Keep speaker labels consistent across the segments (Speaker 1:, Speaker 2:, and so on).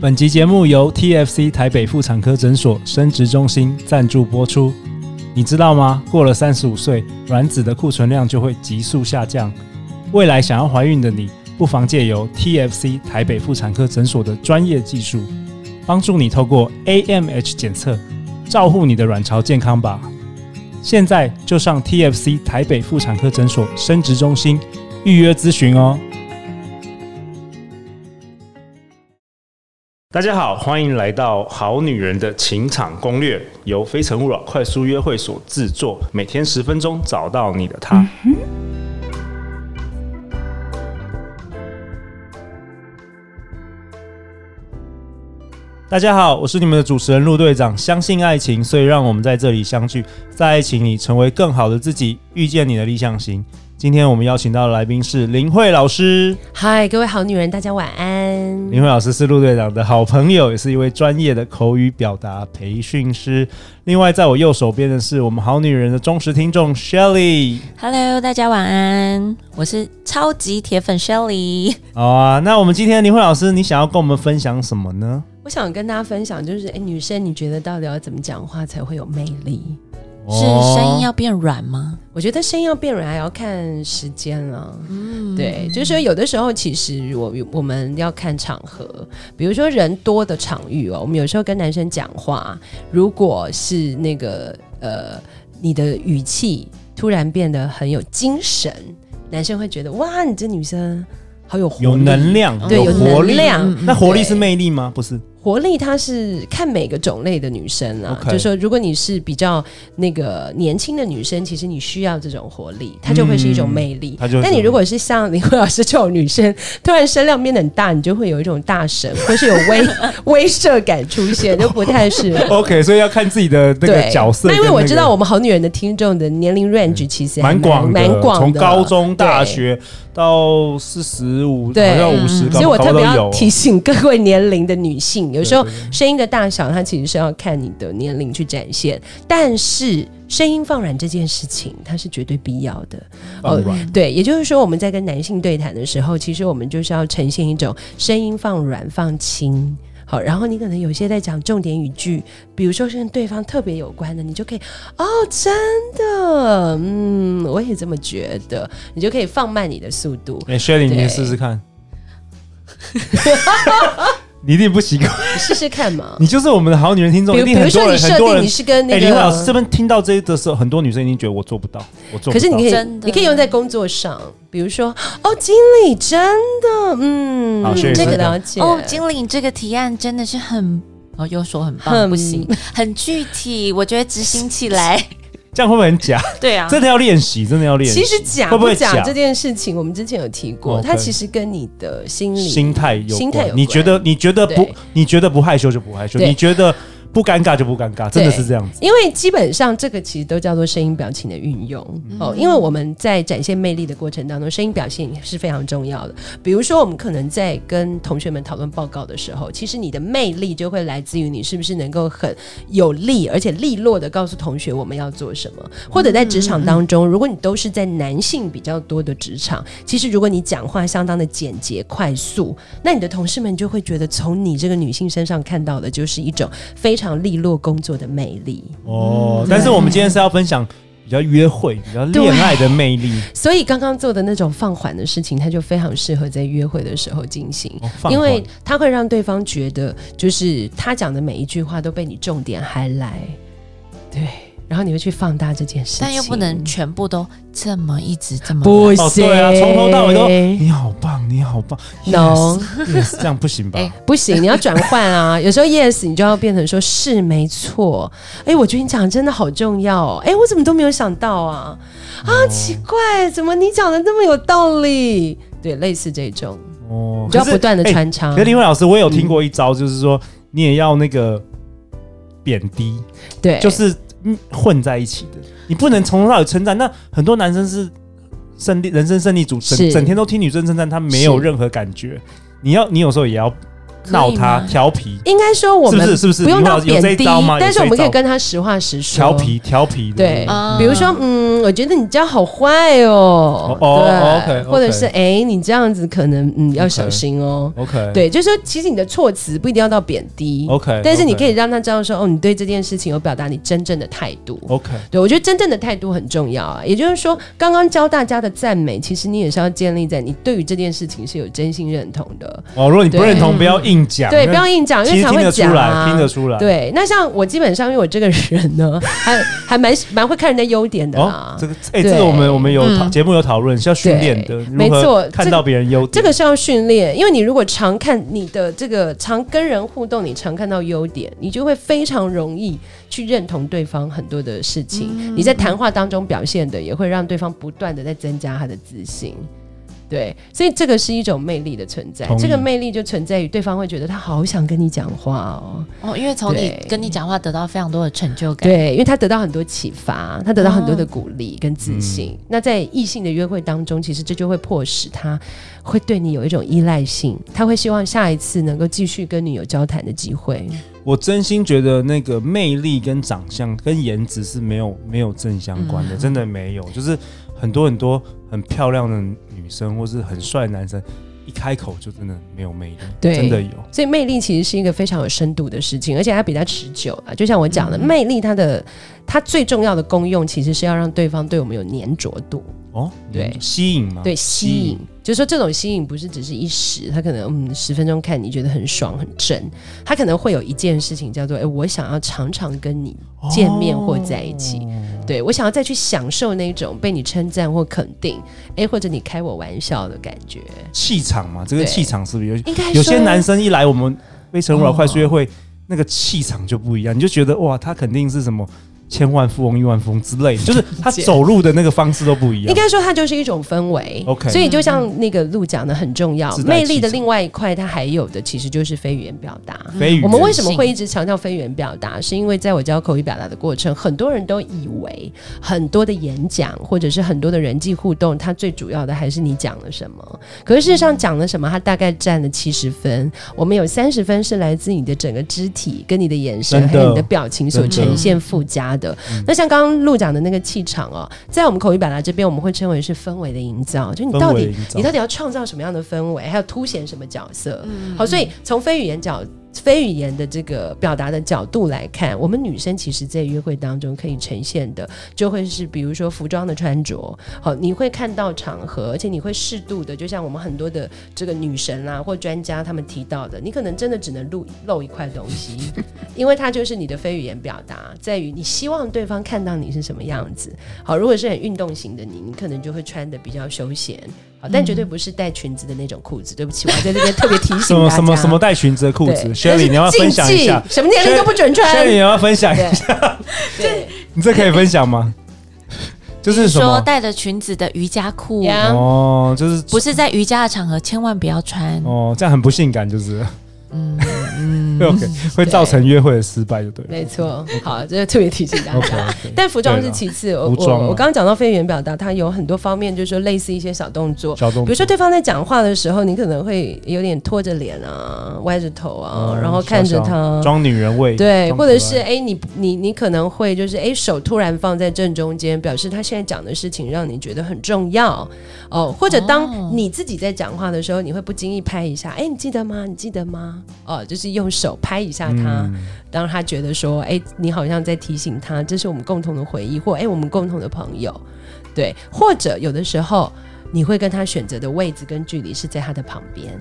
Speaker 1: 本集节目由 TFC 台北妇产科诊所生殖中心赞助播出。你知道吗？过了三十五岁，卵子的库存量就会急速下降。未来想要怀孕的你，不妨借由 TFC 台北妇产科诊所的专业技术，帮助你透过 AMH 检测，照护你的卵巢健康吧。现在就上 TFC 台北妇产科诊所生殖中心预约咨询哦。大家好，欢迎来到《好女人的情场攻略》，由非诚勿扰快速约会所制作，每天十分钟，找到你的他。大家好，我是你们的主持人陆队长。相信爱情，所以让我们在这里相聚，在爱情里成为更好的自己，遇见你的理想型。今天我们邀请到的来宾是林慧老师。
Speaker 2: 嗨，各位好女人，大家晚安。
Speaker 1: 林慧老师是陆队长的好朋友，也是一位专业的口语表达培训师。另外，在我右手边的是我们好女人的忠实听众 Shelly。
Speaker 3: Hello，大家晚安，我是超级铁粉 Shelly。
Speaker 1: 好啊，那我们今天林慧老师，你想要跟我们分享什么呢？
Speaker 2: 我想跟大家分享，就是哎、诶女生你觉得到底要怎么讲话才会有魅力？
Speaker 1: 哦
Speaker 3: 是声音要变软吗？
Speaker 2: 我觉得声音要变软，还要看时间了。
Speaker 1: 嗯
Speaker 2: 对，就是说有的时候其实我我们要看场合，比如说人多的场域哦，我们有时候跟男生讲话，如果是那个呃你的语气突然变得很有精神，男生会觉得哇，你这女生好有活力
Speaker 1: 嗯
Speaker 2: 啊
Speaker 1: 有能量，
Speaker 2: 对，有
Speaker 1: 活
Speaker 2: 能
Speaker 1: 力。嗯
Speaker 2: 量。
Speaker 1: 那活力是
Speaker 2: 对
Speaker 1: 魅力吗？不是，
Speaker 2: 活力它是看每个种类的女生啊
Speaker 1: OK
Speaker 2: 就说如果你是比较那个年轻的女生，其实你需要这种活力，它就会是一种魅力。
Speaker 1: 它嗯就是
Speaker 2: 但你如果是像林慧老师这种女生，突然声量变得很大，你就会有一种 大神或是有威 威慑感出现，就不太 适合。
Speaker 1: OK，所以要看自己的哦那个
Speaker 2: 对
Speaker 1: 角色
Speaker 2: 那
Speaker 1: 跟那
Speaker 2: 因
Speaker 1: 个。
Speaker 2: 为我知道我们好女人的听众的年龄 range 其实还
Speaker 1: 蛮广的，
Speaker 2: 蛮广的，
Speaker 1: 从高中、大
Speaker 2: 对
Speaker 1: 学到四十五，好
Speaker 2: 对嗯
Speaker 1: 像五十，
Speaker 2: 所以我特别要提
Speaker 1: 醒，
Speaker 2: 醒哦各位年龄的女性，有时候
Speaker 1: 啊对对
Speaker 2: 声音的大小，它其实是要看你的年龄去展现。但是声音放软这件事情，它是绝对必要的。
Speaker 1: 放软
Speaker 2: 对，也就是说，我们在跟男性对谈的时候，其实我们就是要呈现一种声音放软、放轻。好，然后你可能有些在讲重点语句，比如说是跟对方特别有关的，你就可以哦，真的，嗯，我也这么觉得，你就可以放慢你的速度。
Speaker 1: 哎，Shelly，你
Speaker 2: 对
Speaker 1: 试试看， 你一定不习惯，
Speaker 2: 试试看嘛。
Speaker 1: 你就是我们的好女人听众，一
Speaker 2: 比如比
Speaker 1: 定很
Speaker 2: 如
Speaker 1: 多
Speaker 2: 说你
Speaker 1: 人，很
Speaker 2: 设
Speaker 1: 多
Speaker 2: 定
Speaker 1: 人
Speaker 2: 你。是跟
Speaker 1: 哎，
Speaker 2: 那
Speaker 1: 林
Speaker 2: 个，
Speaker 1: 老师这边听到这的时候，很多女生已经觉得我做不到，我做不到。
Speaker 2: 可是你可以
Speaker 3: 真的
Speaker 2: 你可以用在工作上，比如说哦，经理真的，嗯，
Speaker 1: 好谢谢
Speaker 2: 这
Speaker 1: 谢谢
Speaker 2: 个了解
Speaker 3: 哦，经理，你这个提案真的是很……哦，又说很棒，
Speaker 2: 很
Speaker 3: 不行，很具体，我觉得执行起来。
Speaker 1: 这样会不会很假？
Speaker 3: 对啊
Speaker 1: 真的要练习，真的要练习。
Speaker 2: 其实假
Speaker 1: 会不
Speaker 2: 不
Speaker 1: 会假
Speaker 2: 假这件事情，我们之前有提过，
Speaker 1: OK
Speaker 2: 它其实跟你的心理
Speaker 1: 心态有关，
Speaker 2: 心态有关
Speaker 1: 你觉得你觉得不
Speaker 2: 对，
Speaker 1: 你觉得不害羞就不害羞，
Speaker 2: 对
Speaker 1: 你觉得不尴尬就不尴尬，真的是这样子。
Speaker 2: 因为基本上这个其实都叫做声音表情的运用、哦，因为我们在展现魅力的过程当中，声音表现是非常重要的。比如说，我们可能在跟同学们讨论报告的时候，其实你的魅力就会来自于你是不是能够很有力而且利落的告诉同学我们要做什么，或者在职场当中，如果你都是在男性比较多的职场，其实如果你讲话相当的简洁快速，那你的同事们就会觉得从你这个女性身上看到的就是一种非常利落工作的魅力。
Speaker 1: 哦，但是我们今天是要分享比较约会、比较恋爱的魅力，
Speaker 2: 所以刚刚做的那种放缓的事情，它就非常适合在约会的时候进行。
Speaker 1: 哦放
Speaker 2: 因为
Speaker 1: 缓
Speaker 2: 它会让对方觉得，就是他讲的每一句话都被你重点 highlight，对，然后你会去放大这件事情，
Speaker 3: 但又不能全部都这么一直这么
Speaker 2: 不行、
Speaker 1: 哦，对啊，从头到尾都你好棒，你好棒
Speaker 2: No
Speaker 1: yes，yes，这样不行吧？
Speaker 3: 哎
Speaker 2: 不行，你要转换啊！有时候 yes，你就要变成说是没错。哎，我觉得你讲的真的好重要、哦。哎，我怎么都没有想到啊！
Speaker 1: 哦
Speaker 2: 啊，奇怪，怎么你讲的那么有道理？对，类似这种，
Speaker 1: 哦
Speaker 2: 你就要
Speaker 1: 可是
Speaker 2: 不断的嗯
Speaker 1: 哎
Speaker 2: 穿插。
Speaker 1: 可是林慧老师，我有听过一招，就是说你也要那个贬低，
Speaker 2: 对，
Speaker 1: 就是嗯混在一起的，你不能从头到尾称赞。那很多男生是胜利人生胜利组，整
Speaker 2: 是
Speaker 1: 整天都听女生称赞，他没有
Speaker 2: 是
Speaker 1: 任何感觉。你要你有时候也要
Speaker 3: 可以
Speaker 1: 闹他
Speaker 3: 吗
Speaker 1: 调皮，
Speaker 2: 应该说我
Speaker 1: 是不
Speaker 2: 们
Speaker 1: 是？是不是？
Speaker 2: 不用
Speaker 1: 你
Speaker 2: 到
Speaker 1: 有有
Speaker 2: 贬
Speaker 1: 这一
Speaker 2: 低
Speaker 1: 招吗？，有
Speaker 2: 但是我们
Speaker 1: 这一
Speaker 2: 可以
Speaker 1: 招
Speaker 2: 跟他实话实说。
Speaker 1: 调皮调皮的，
Speaker 2: 对
Speaker 3: 啊
Speaker 2: 比如说，嗯，我觉得你这样好坏哦
Speaker 1: 哦，哦哦
Speaker 2: 对
Speaker 1: OK，OK
Speaker 2: 或者是哎、你这样子可能嗯要小心哦。
Speaker 1: ，OK，
Speaker 2: 对，就是说，其实你的措辞不一定要到贬低
Speaker 1: OK，
Speaker 2: 但是你
Speaker 1: OK
Speaker 2: 可以让他知道说，哦，你对这件事情有表达你真正的态度。
Speaker 1: ，OK，
Speaker 2: 对，我觉得真正的态度很重要啊。也就是说，刚刚教大家的赞美，其实你也是要建立在你对于这件事情是有真心认同的。
Speaker 1: 哦，如果你不
Speaker 2: 对
Speaker 1: 认同，不要硬讲，
Speaker 2: 对，
Speaker 1: 因为
Speaker 2: 不要硬讲，因
Speaker 1: 其
Speaker 2: 为
Speaker 1: 实
Speaker 2: 常
Speaker 1: 听
Speaker 2: 会
Speaker 1: 得出
Speaker 2: 讲啊
Speaker 1: 来，听得出来，
Speaker 2: 对，那像我基本上，因为我这个人呢，还还蛮蛮会看人家优点的啊
Speaker 1: 哦
Speaker 2: 啦，。
Speaker 1: 这个哎，
Speaker 2: 对
Speaker 1: 这个我们我们有讨
Speaker 3: 嗯
Speaker 1: 节目有讨论，是要训练的，
Speaker 2: 对
Speaker 1: 如何
Speaker 2: 没错
Speaker 1: 看到别人优点，
Speaker 2: 这个是要训练，因为你如果常看你的这个常跟人互动，你常看到优点，你就会非常容易去认同对方很多的事情。
Speaker 1: 嗯
Speaker 2: 你在谈话当中表现的，也会让对方不断的在增加他的自信。对，所以这个是一种魅力的存在
Speaker 1: 同。意
Speaker 2: 这个魅力就存在于对方会觉得他好想跟你讲话哦，
Speaker 3: 哦，因为从你
Speaker 2: 对
Speaker 3: 跟你讲话得到非常多的成就感，
Speaker 2: 对，因为他得到很多启发，他得到很多的鼓励跟自信。那在异性的约会当中，其实这就会迫使他会对你有一种依赖性，他会希望下一次能够继续跟你有交谈的机会。
Speaker 1: 我真心觉得那个魅力跟长相跟颜值是没有没有正相关
Speaker 2: 嗯
Speaker 1: 的，真的没有。就是很多很多很漂亮的女生或是很帅的男生，一开口就真的没有魅力，
Speaker 2: 对
Speaker 1: 真的有。
Speaker 2: 所以魅力其实是一个非常有深度的事情，而且它比较持久啊。就像我讲的，魅力它的它最重要的功用其实是要让对方对我们有粘着度，
Speaker 1: 哦，
Speaker 2: 对
Speaker 1: 啊吸引嘛，
Speaker 2: 对吸引。就是说，这种吸引不是只是一时，他可能嗯十分钟看你觉得很爽很正，他可能会有一件事情叫做哎、我想要常常跟你
Speaker 1: 哦
Speaker 2: 见面或在一起。对我想要再去享受那种被你称赞或肯定，哎，或者你开我玩笑的感觉。
Speaker 1: 气场嘛，这个
Speaker 2: 对
Speaker 1: 气场是不是有
Speaker 2: 应该
Speaker 1: 有些
Speaker 2: 说
Speaker 1: 男生一来我们非诚勿扰
Speaker 2: 哦
Speaker 1: 快速约会，那个气场就不一样，你就觉得哇，他肯定是什么千万富翁、亿万富翁之类的，就是他
Speaker 2: 解
Speaker 1: 走路的那个方式都不一样。
Speaker 2: 应该说它就是一种氛围。
Speaker 1: OK
Speaker 2: 所以就像那个路讲的很重要，
Speaker 1: 自带
Speaker 2: 魅力的
Speaker 1: 气场
Speaker 2: 另外一块，它还有的其实就是非语言表达。
Speaker 1: 非语
Speaker 2: 我们
Speaker 1: 言
Speaker 2: 为什么会一直强调非语言表达？是因为在我教口语表达的过程，很多人都以为很多的演讲或者是很多的人际互动，它最主要的还是你讲了什么。可是事实上讲了什么，它大概占了七十分。我们有三十分是来自你的整个肢体、跟你的眼神
Speaker 1: 真
Speaker 2: 还
Speaker 1: 的
Speaker 2: 有你的表情所呈现附加的。
Speaker 1: 嗯
Speaker 2: 那像刚刚陆讲的那个气场哦，在我们口语表达这边，我们会称为是氛围的营造，就你到
Speaker 1: 氛围
Speaker 2: 底
Speaker 1: 营造
Speaker 2: 你到底要创造什么样的氛围，还有凸显什么角色。
Speaker 1: 嗯
Speaker 2: 好，所以从非语言角。非语言的这个表达的角度来看，我们女生其实在约会当中可以呈现的，就会是比如说服装的穿着，好，你会看到场合，而且你会适度的，就像我们很多的这个女神啦、或专家他们提到的，你可能真的只能露露一块东西，因为它就是你的非语言表达，在于你希望对方看到你是什么样子。好，如果是很运动型的你，你可能就会穿的比较休闲，好，但绝对不是带裙子的那种裤子。对不起，我在这边特别提
Speaker 1: 什
Speaker 2: 醒大
Speaker 1: 么
Speaker 2: 家。
Speaker 1: 什么什么带裙子的裤子
Speaker 2: 对
Speaker 1: ，Sherry 你要不要分享一下
Speaker 2: 禁忌什么年龄都不准穿。
Speaker 1: ？Sherry 你要不要分享一
Speaker 2: 对
Speaker 1: 下，
Speaker 2: 对，
Speaker 1: 你这可以分享吗？就是什
Speaker 3: 说
Speaker 1: 么
Speaker 3: 带着裙子的瑜伽裤，
Speaker 2: 呀
Speaker 1: 哦，就是
Speaker 3: 不是在瑜伽的场合千万不要穿。
Speaker 1: 哦，这样很不性感，就是嗯 ，OK，会造成约会的失败，就对了。
Speaker 2: 没错。好，这个特别提醒大
Speaker 1: OK，
Speaker 2: 家。但服装是
Speaker 1: 对啦
Speaker 2: 其次，我
Speaker 1: 服
Speaker 2: 我
Speaker 1: 装啊
Speaker 2: 我刚刚讲到非语言表达，它有很多方面，就是说类似一些小动作，
Speaker 1: 小动作
Speaker 2: 比如说对方在讲话的时候，你可能会有点拖着脸啊，歪着头啊，然后看着
Speaker 1: 嗯小小
Speaker 2: 他，
Speaker 1: 装女人味，
Speaker 2: 对，
Speaker 1: 装
Speaker 2: 或
Speaker 1: 可
Speaker 2: 者
Speaker 1: 爱
Speaker 2: 是哎、你你你可能会就是哎、手突然放在正中间，表示他现在讲的事情让你觉得很重要哦，或者
Speaker 3: 哦
Speaker 2: 当你自己在讲话的时候，你会不经意拍一下，哎、你记得吗？你记得吗？哦，就是用手拍一下他，
Speaker 1: 嗯
Speaker 2: 让他觉得说，哎、你好像在提醒他，这是我们共同的回忆，或哎、我们共同的朋友，对，或者有的时候。你会跟他选择的位置跟距离是在他的旁边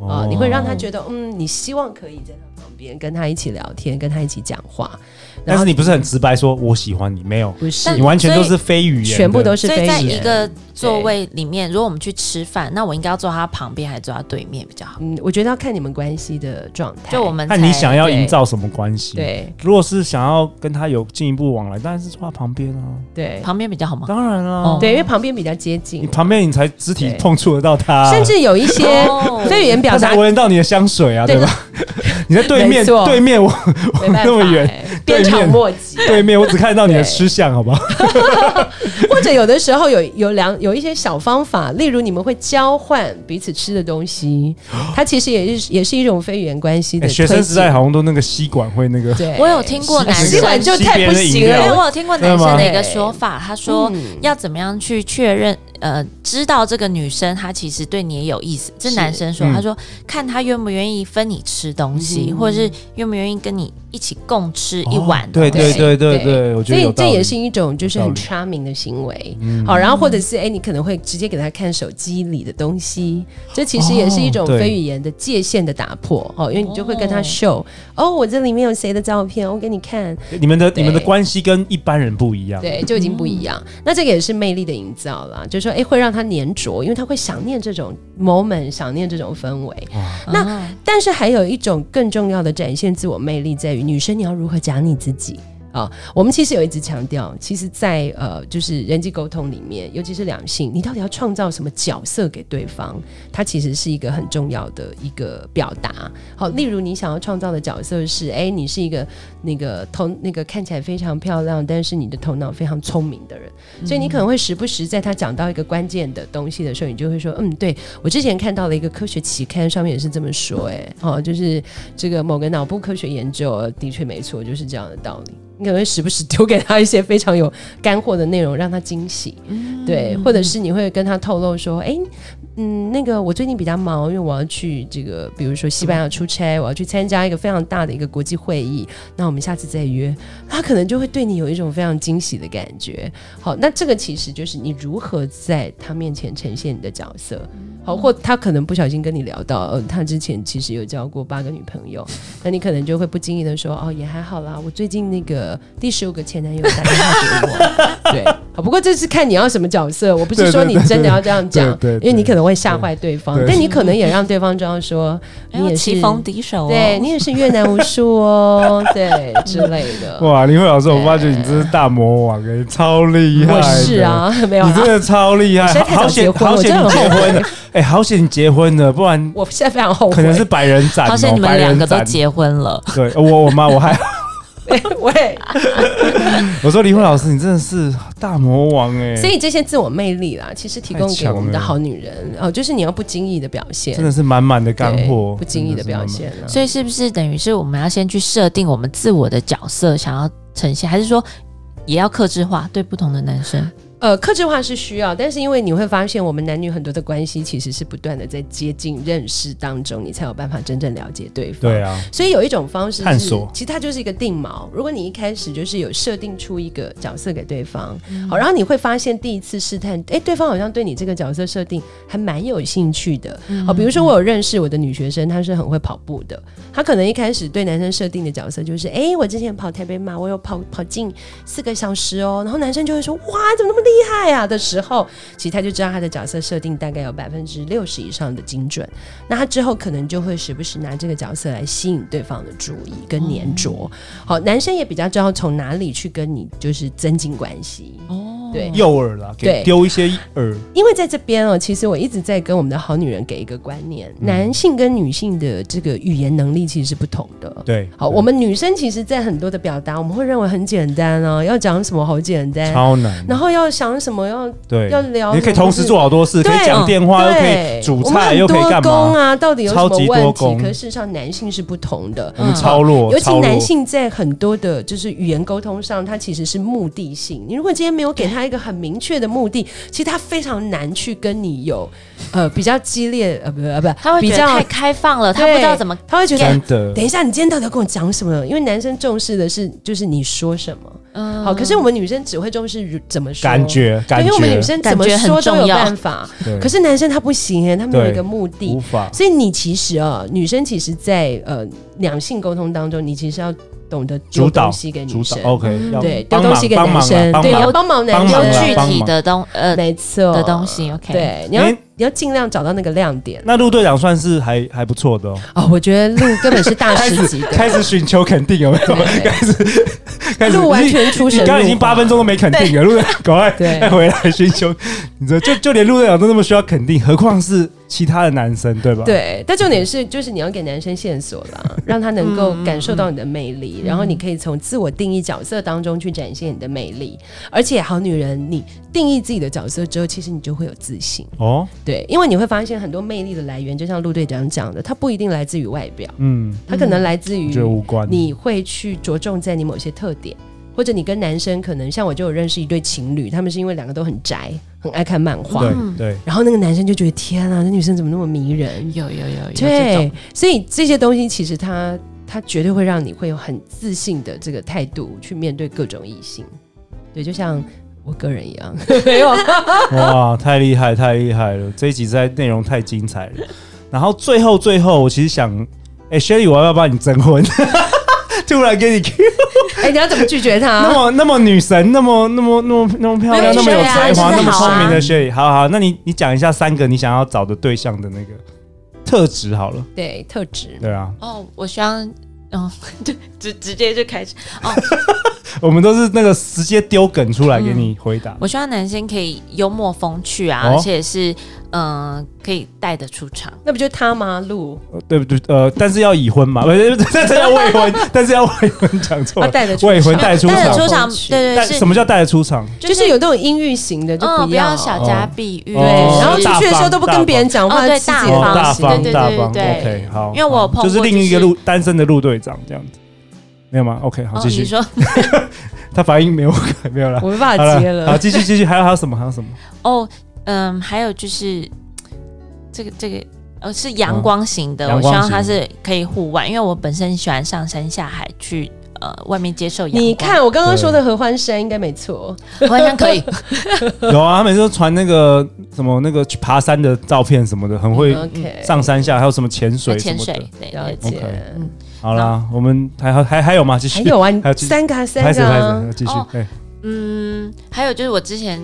Speaker 1: 哦
Speaker 2: 啊、你会让他觉得，嗯，你希望可以在他旁边跟他一起聊天，跟他一起讲话。
Speaker 1: 但
Speaker 2: 然
Speaker 1: 是
Speaker 2: 后
Speaker 1: 你不是很直白说“我喜欢你”，没有，
Speaker 2: 不是
Speaker 3: 但
Speaker 1: 你完全都
Speaker 3: 所
Speaker 1: 是非语言的，
Speaker 2: 全部都是
Speaker 3: 所以
Speaker 2: 非
Speaker 3: 在
Speaker 2: 语
Speaker 3: 一
Speaker 2: 言
Speaker 3: 个座位里面，如果我们去吃饭，那我应该要坐他旁边还是坐他对面比较好？
Speaker 2: 嗯，我觉得要看你们关系的状态。
Speaker 3: 就我们才
Speaker 1: 看你想要营造什么关系。，
Speaker 2: 对
Speaker 1: 如果是想要跟他有进一步往来，当然是坐他旁边啊，
Speaker 2: 对
Speaker 3: 旁边比较好吗？
Speaker 1: 当然
Speaker 3: 哦
Speaker 1: 啦，
Speaker 2: 对，因为旁边比较接
Speaker 1: 你
Speaker 2: 近，
Speaker 1: 旁边你才肢体
Speaker 2: 对
Speaker 1: 碰触得到他，啊
Speaker 2: 甚至有一些
Speaker 3: 哦
Speaker 2: 非语言表
Speaker 1: 他
Speaker 2: 达
Speaker 1: 才闻得到你的香水啊，对吧？
Speaker 2: 对
Speaker 1: 你在对面
Speaker 2: 没错
Speaker 1: 对面我
Speaker 2: 没办法、欸，
Speaker 1: 那么远
Speaker 2: 鞭长莫及。
Speaker 1: 对面我只看到你的
Speaker 2: 对
Speaker 1: 吃相，好不好？
Speaker 2: 或者有的时候有有两有一些小方法，例如你们会交换彼此吃的 东西，它其实也是也是一种非语言关系的、
Speaker 1: 哎
Speaker 2: 推
Speaker 1: 学生
Speaker 2: 进
Speaker 1: 时代好像都那个吸管会那个，
Speaker 2: 对，
Speaker 3: 我有听过男
Speaker 2: 吸
Speaker 3: 生
Speaker 2: 管就太不
Speaker 1: 吸
Speaker 2: 行
Speaker 1: 别人的饮
Speaker 3: 对，
Speaker 1: 料
Speaker 2: 了。
Speaker 3: 我有听过男生的一个
Speaker 2: 对
Speaker 3: 说法，他说
Speaker 2: 嗯
Speaker 3: 要怎么样去确认，呃，知道这个女生她其实对你也有意思。这
Speaker 2: 是
Speaker 3: 男生说，
Speaker 1: 嗯
Speaker 3: 他说看她愿不愿意分你吃东西，
Speaker 2: 嗯
Speaker 3: 或者是愿不愿意跟你一起共吃一碗
Speaker 1: 哦
Speaker 3: 东
Speaker 1: 对
Speaker 3: 西。
Speaker 1: 对对对
Speaker 2: 对
Speaker 1: 对，我觉
Speaker 2: 所
Speaker 1: 得
Speaker 2: 以
Speaker 1: 有
Speaker 2: 这
Speaker 1: 道理
Speaker 2: 也是一种就是很
Speaker 1: 有道
Speaker 2: charming 的行为，
Speaker 1: 嗯
Speaker 2: 好，然后或者是哎，你可能会直接给他看手机里的东西，这其实也是一种
Speaker 1: 哦对
Speaker 2: 非语言的界限的打破哦，因为你就会跟他
Speaker 3: 哦
Speaker 2: show 哦，我这里面有谁的照片，我给你看，
Speaker 1: 你们的你们的
Speaker 2: 对
Speaker 1: 关系跟一般人不一样，
Speaker 2: 对，就已经不一样。那这个也是魅力的营造啦，就是说，哎，会让他粘着，因为他会想念这种 moment，想念这种氛围。那
Speaker 3: 啊
Speaker 2: 但是还有一种更重要的展现自我魅力，在于女生你要如何讲你自己。啊、我们其实有一直强调，其实在，呃，就是人际沟通里面，尤其是两性，你到底要创造什么角色给对方，它其实是一个很重要的一个表达。好，例如你想要创造的角色是，哎，你是一个那个头那个看起来非常漂亮，但是你的头脑非常聪明的人，所以你可能会时不时在他讲到一个关键的东西的时候，你就会说，嗯，对我之前看到了一个科学期刊，上面也是这么说、哎，哦，就是这个某个脑部科学研究，的确没错，就是这样的道理。你可能会时不时丢给他一些非常有干货的内容，让他惊喜，对，或者是你会跟他透露说，哎、嗯，那个我最近比较忙，因为我要去这个，比如说西班牙出差，我要去参加一个非常大的一个国际会议，那我们下次再约。他可能就会对你有一种非常惊喜的感觉。好，那这个其实就是你如何在他面前呈现你的角色。好，或他可能不小心跟你聊到，呃，他之前其实有交过八个女朋友，那你可能就会不经意的说，哦，也还好啦，我最近那个第十五个前男友打电话给我，对，好，不过这是看你要什么角色，我不是说你真的要这样讲，
Speaker 1: 对对对对对
Speaker 2: 因为你可能会吓坏对方，
Speaker 1: 对
Speaker 2: 但你可能也让对方知道说，
Speaker 3: 哎
Speaker 2: 你
Speaker 3: 呦
Speaker 2: 也是
Speaker 3: 棋逢敌手哦，
Speaker 2: 对你也是越南无数哦， 对之类的，
Speaker 1: 哇，林慧老师，我发觉你真是大魔王哎，超厉害！
Speaker 2: 我是，啊， 没有
Speaker 1: 你真
Speaker 2: 啦。
Speaker 1: 的超厉害
Speaker 2: 我现，在太
Speaker 1: 好
Speaker 2: 早结
Speaker 1: 险
Speaker 2: 婚，
Speaker 1: 好
Speaker 2: 我真
Speaker 1: 险
Speaker 2: 的
Speaker 1: 你结
Speaker 2: 很后
Speaker 1: 婚
Speaker 2: 悔
Speaker 1: 了。，哎，好险你结婚了，不然
Speaker 2: 我现在非常后悔。
Speaker 1: 可能是百人斩哦，
Speaker 3: 好像你
Speaker 1: 百
Speaker 3: 们
Speaker 1: 人
Speaker 3: 两个都
Speaker 1: 斩。
Speaker 3: 结婚了，
Speaker 1: 对，我我妈我 还
Speaker 2: 喂，
Speaker 1: 我说林慧老师，你真的是大魔王哎，
Speaker 2: 所以这些自我魅力啦，其实提供
Speaker 1: 太
Speaker 2: 给
Speaker 1: 强了
Speaker 2: 我们的好女人哦，就是你要不经意的表现，
Speaker 1: 真的是满满的干
Speaker 2: 对
Speaker 1: 货，
Speaker 2: 不经意的
Speaker 1: 真是满
Speaker 2: 表
Speaker 1: 满。
Speaker 2: 现啊了。
Speaker 3: 所以是不是等于是我们要先去设定我们自我的角色，想要呈现，还是说也要克制化对不同的男生？
Speaker 2: 呃，克制化是需要，但是因为你会发现，我们男女很多的关系其实是不断的在接近认识当中，你才有办法真正了解对方。
Speaker 1: 对啊，
Speaker 2: 所以有一种方式是
Speaker 1: 探索
Speaker 2: 其实它就是一个定锚。如果你一开始就是有设定出一个角色给对方，好，然后你会发现第一次试探，哎，对方好像对你这个角色设定还蛮有兴趣的。好，比如说我有认识我的女学生，她是很会跑步的，她可能一开始对男生设定的角色就是，哎，我之前跑台北马，我有跑跑进四个小时哦，然后男生就会说，哇，怎么那么厉害啊的时候，其实他就知道他的角色设定大概有百分之六十以上的精准。那他之后可能就会时不时拿这个角色来吸引对方的注意跟粘着。好，男生也比较知道从哪里去跟你就是增进关系。
Speaker 3: 哦
Speaker 2: 对
Speaker 1: 诱饵啦，给
Speaker 2: 对
Speaker 1: 丢一些饵，
Speaker 2: 因为在这边哦，其实我一直在跟我们的好女人给一个观念，男性跟女性的这个语言能力其实是不同的。
Speaker 1: 对，
Speaker 2: 好，
Speaker 1: 对
Speaker 2: 我们女生其实，在很多的表达，我们会认为很简单哦，要讲什么好简单，
Speaker 1: 超难，
Speaker 2: 然后要想什么要
Speaker 1: 对，
Speaker 2: 要聊，
Speaker 1: 你可以同时做。好多事，可
Speaker 2: 对嗯哦
Speaker 1: 以讲电话，又可
Speaker 2: 对，
Speaker 1: 以煮
Speaker 2: 我们
Speaker 1: 菜，
Speaker 2: 很
Speaker 1: 又可以
Speaker 2: 多
Speaker 1: 干
Speaker 2: 工
Speaker 1: 嘛？
Speaker 2: 啊，到底有什
Speaker 1: 超
Speaker 2: 么
Speaker 1: 级多
Speaker 2: 问题
Speaker 1: 工？
Speaker 2: 可是事实上，男性是不同的。
Speaker 1: 我们
Speaker 3: 嗯
Speaker 1: 超弱，
Speaker 2: 尤其
Speaker 1: 超弱
Speaker 2: 男性在很多的，就是语言沟通上，他其实是目的性。你如果今天没有给他一个很明确的目的，其实他非常难去跟你有呃比较激烈呃不呃不，
Speaker 3: 他会
Speaker 2: 比
Speaker 3: 觉得
Speaker 2: 较
Speaker 3: 太开放了，他不知道怎么
Speaker 2: 他会觉得哎
Speaker 1: 真的
Speaker 2: 等一下你今天到底要跟我讲什么？因为男生重视的是就是你说什么。
Speaker 3: 嗯
Speaker 2: 好，可是我们女生只会重视如怎么说，
Speaker 1: 感觉
Speaker 2: 对，
Speaker 1: 感
Speaker 2: 因为我们女
Speaker 1: 觉，
Speaker 2: 生怎么
Speaker 3: 感觉很
Speaker 2: 说都有
Speaker 3: 重要
Speaker 2: 办法，
Speaker 1: 对
Speaker 2: 可是男生他不行哎、他没有一
Speaker 1: 对
Speaker 2: 个目的，
Speaker 1: 无法
Speaker 2: 所以你其实啊，女生其实在，呃两性沟通当中，你其实要懂得丢
Speaker 1: 主导
Speaker 2: 东西给
Speaker 1: 主导
Speaker 2: 女生，嗯
Speaker 1: ，OK，要
Speaker 2: 对，丢
Speaker 1: 帮
Speaker 2: 东
Speaker 1: 忙
Speaker 2: 西给
Speaker 1: 帮
Speaker 2: 男
Speaker 1: 忙
Speaker 2: 生，
Speaker 1: 啊帮
Speaker 2: 对，
Speaker 1: 忙
Speaker 2: 要帮忙啊男
Speaker 1: 帮忙
Speaker 3: 有
Speaker 1: 啦
Speaker 3: 具
Speaker 2: 生，啊
Speaker 1: 帮忙
Speaker 3: 体的东呃
Speaker 2: 没错
Speaker 3: 的东。西，OK，，
Speaker 2: 对，你要
Speaker 1: 诶
Speaker 2: 你要尽量找到那个亮点
Speaker 1: 那陆队长算是还还不错的 哦，
Speaker 2: 哦。我觉得路根本是大
Speaker 1: 开
Speaker 2: 师级
Speaker 1: 始
Speaker 2: 的，
Speaker 1: 开始寻求肯定有没有？
Speaker 2: 对
Speaker 1: 开始 开始
Speaker 2: 路完
Speaker 1: 你
Speaker 2: 全出
Speaker 1: 你
Speaker 2: 神入化。
Speaker 1: 刚刚已经八分钟都没肯定了，陆队长赶快
Speaker 2: 对
Speaker 1: 再回来寻求，你知道就就连陆队长都那么需要肯定，何况是其他的男生，对吧？，
Speaker 2: 对，但重点是，就是你要给男生线索 啦，让他能够感受到你的魅力，然
Speaker 1: 嗯
Speaker 2: 后你可以从自我定义角色当中去展现你的魅力。而且，好女人，你定义自己的角色之后，其实你就会有自信。
Speaker 1: 哦，
Speaker 2: 对，因为你会发现很多魅力的来源，就像陆队长讲的，它不一定来自于外表，
Speaker 1: 嗯，
Speaker 2: 它可能来自
Speaker 1: 我
Speaker 2: 于
Speaker 1: 觉得无关。
Speaker 2: 你会去着重在你某些特点，或者你跟男生可能像我就有认识一对情侣，他们是因为两个都很宅，很爱看漫画，
Speaker 1: 对对，
Speaker 2: 然后那个男生就觉得天啊，那女生怎么那么迷人？
Speaker 3: 有有有有这
Speaker 2: 对
Speaker 3: 种，，
Speaker 2: 所以这些东西其实它它绝对会让你会有很自信的这个态度去面对各种异性。对，就像我个人一样， 没有，
Speaker 1: 哇，太厉害，太厉害了！这一集实在内容太精彩了。然后最后最后，我其实想，哎、s h e l l y 我要不要帮你征婚？ 突然给你 Q，、
Speaker 2: 哎，你要怎么拒绝 他？
Speaker 1: 那么那么女神，那么那么那么那么漂亮，那
Speaker 3: 啊没有
Speaker 1: 么有
Speaker 3: Shelly 啊
Speaker 1: 才华，
Speaker 3: 真
Speaker 1: 那
Speaker 3: 的
Speaker 1: 么
Speaker 3: 好
Speaker 1: 聪
Speaker 3: 啊
Speaker 1: 明的 Shelly，好好，那你你讲一下三个你想要找的对象的那个特质好了。
Speaker 2: 对，特质。
Speaker 1: 对啊，
Speaker 3: 哦，我希望，嗯， 对，直直接就开始。
Speaker 1: 我们都是那个直接丢梗出来给你回答。
Speaker 3: 我希望男生可以幽默风趣啊，
Speaker 1: 哦
Speaker 3: 而且是嗯、可以带得出场。
Speaker 2: 那不就他吗？路
Speaker 1: 呃对不对？呃，但是要已婚嘛，不 是，但是要未婚，但是要未婚，讲错
Speaker 2: 他
Speaker 1: 了。
Speaker 2: 带的
Speaker 1: 未婚带出
Speaker 3: 哦带
Speaker 1: 场
Speaker 3: 得出场，对对
Speaker 1: 但
Speaker 3: 是
Speaker 1: 什，么叫带得出场？
Speaker 2: 就是有那种阴郁型的就
Speaker 3: 嗯，不
Speaker 2: 不要
Speaker 3: 要小家碧玉，
Speaker 1: 哦
Speaker 2: 对，
Speaker 1: 哦
Speaker 2: 然后
Speaker 1: 大
Speaker 2: 出去的时候
Speaker 1: 方
Speaker 2: 都不
Speaker 1: 大
Speaker 2: 跟别人讲话，
Speaker 3: 方哦对
Speaker 2: 自己
Speaker 3: 大
Speaker 2: 也
Speaker 1: 哦，
Speaker 3: 方
Speaker 1: 大
Speaker 2: 放心
Speaker 1: 方
Speaker 3: 对对
Speaker 1: 大方
Speaker 3: 对对
Speaker 1: ，OK，好。
Speaker 3: 因为我有
Speaker 1: 好
Speaker 3: 碰过
Speaker 1: 就是另一
Speaker 3: 就
Speaker 1: 个
Speaker 3: 是
Speaker 1: 陆单身的陆队长这样子，没有吗？OK，好，
Speaker 3: 哦，
Speaker 1: 继
Speaker 3: 你
Speaker 1: 续。
Speaker 3: 说
Speaker 1: 他反应没有 没有了，
Speaker 2: 我没办
Speaker 1: 好
Speaker 2: 法接
Speaker 1: 了，好，
Speaker 2: 了。
Speaker 1: 继续继续，还有还有什么？还有什么？
Speaker 3: 哦，嗯，还有就是这个这个。呃，是阳光型的，
Speaker 1: 嗯阳
Speaker 3: 我希
Speaker 1: 光
Speaker 3: 望它
Speaker 1: 型
Speaker 3: 是可以户外，因为我本身喜欢上山下海去呃外面接受阳光。
Speaker 2: 你看我刚刚说的合欢山应该没错，
Speaker 3: 完全可以，
Speaker 1: 有啊，他每次都传那个什么那个去爬山的照片什么的，很会
Speaker 2: OK
Speaker 1: 上山下，还有什么潜 水什
Speaker 3: 嗯潜
Speaker 1: 么
Speaker 3: 水
Speaker 1: 的。
Speaker 3: 对
Speaker 2: 了
Speaker 3: 对
Speaker 2: 解嗯
Speaker 1: OK。好啦，我们还还还还有吗？继续
Speaker 2: 还。有啊，你
Speaker 1: 还有继续
Speaker 2: 三个啊三
Speaker 1: 拍手
Speaker 2: 个
Speaker 1: 拍
Speaker 2: 啊
Speaker 1: 手，，继续哎
Speaker 3: 哦。
Speaker 1: 对，
Speaker 3: 嗯，还有就是我之前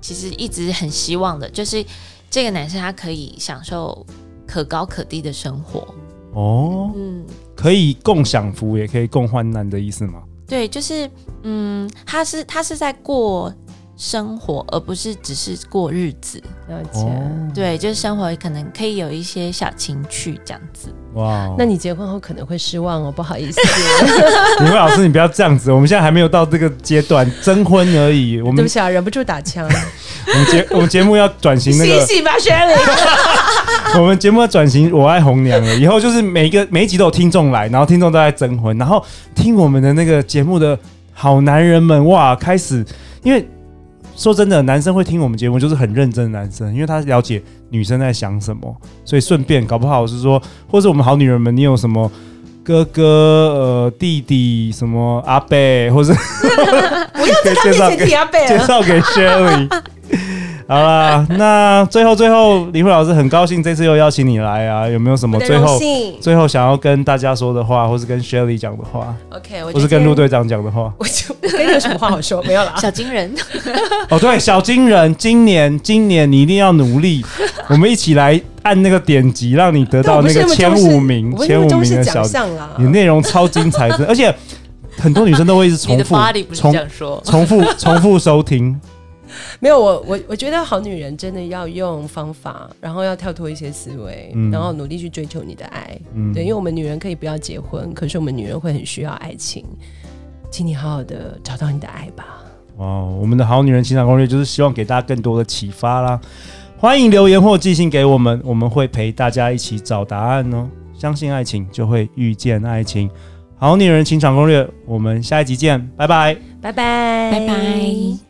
Speaker 3: 其实一直很希望的，就是这个男生他可以享受可高可低的生活。
Speaker 1: 哦，
Speaker 3: 嗯，
Speaker 1: 可以共享福，也可以共患难的意思吗？
Speaker 3: 对，就是嗯，他是他是在过生活，而不是只是过日子。
Speaker 2: 了解。
Speaker 1: 哦，
Speaker 3: 对，就是生活可能可以有一些小情趣这样子。
Speaker 1: 哇哦
Speaker 2: 那你结婚后可能会失望哦，不 好意思，
Speaker 1: 你们老师，你不要这样子，我们现在还没有到这个阶段，征婚而已。我
Speaker 2: 对
Speaker 1: 们
Speaker 2: 不起啊，忍不住打枪。
Speaker 1: 我们节我们节目要转型那
Speaker 2: 醒
Speaker 1: 个，
Speaker 2: 醒吧，Shirley，
Speaker 1: 我们节目要转型我爱红娘了。以后就是每一个每一集都有听众来，然后听众都在征婚，然后听我们的那个节目的好男人们哇，开始因为。说真的，男生会听我们节目就是很认真的男生，因为他了解女生在想什么，所以顺便搞不好是说，或是我们好女人们，你有什么哥哥、呃弟弟、什么阿贝，或是
Speaker 2: 不要在他面前提阿贝
Speaker 1: 介
Speaker 2: 尔。
Speaker 1: 绍给 Sherry。好啦，那最后最后，李慧老师很高兴这次又邀请你来啊，有没有什么
Speaker 2: 我的
Speaker 1: 最
Speaker 2: 荣
Speaker 1: 后
Speaker 2: 幸
Speaker 1: 最后想要跟大家说的话，或是跟 Sherry 讲的话，
Speaker 2: ，OK，我
Speaker 1: 或
Speaker 2: 就是
Speaker 1: 跟陆
Speaker 2: 今天，
Speaker 1: 队长讲的话？
Speaker 2: 我就我跟你有什么话好说？没有了啊，
Speaker 3: 小金人，
Speaker 1: 哦，对，小金人，今年今年你一定要努 力，我们一起来按那个点击，让你得
Speaker 2: 但
Speaker 1: 到
Speaker 2: 我不
Speaker 1: 那
Speaker 2: 是
Speaker 1: 个
Speaker 2: 那么
Speaker 1: 前
Speaker 2: 重视
Speaker 1: 五名
Speaker 2: 我不是
Speaker 1: 前
Speaker 2: 那么
Speaker 1: 五
Speaker 2: 重
Speaker 1: 名
Speaker 2: 视
Speaker 1: 的小
Speaker 2: 奖，项啦。
Speaker 1: 你内容超精彩的，而且很多女生都会一直
Speaker 3: 你
Speaker 1: 重
Speaker 3: 的
Speaker 1: 复
Speaker 3: body 不是这
Speaker 1: 重
Speaker 3: 样说。
Speaker 1: 重复重复收听，
Speaker 2: 没有，我我我觉得好女人真的要用方法，然后要跳脱一些思维，
Speaker 1: 嗯
Speaker 2: 然后努力去追求你的爱。
Speaker 1: 嗯，
Speaker 2: 对，因为我们女人可以不要结婚，可是我们女人会很需要爱情，请你好好的找到你的爱吧。
Speaker 1: 哦，我们的好女人情感攻略就是希望给大家更多的启发啦。欢迎留言或寄信给我们，我们会陪大家一起找答案哦。相信爱情，就会遇见爱情。好女人情场攻略，我们下一集见，拜拜。
Speaker 2: 拜拜，
Speaker 3: 拜拜。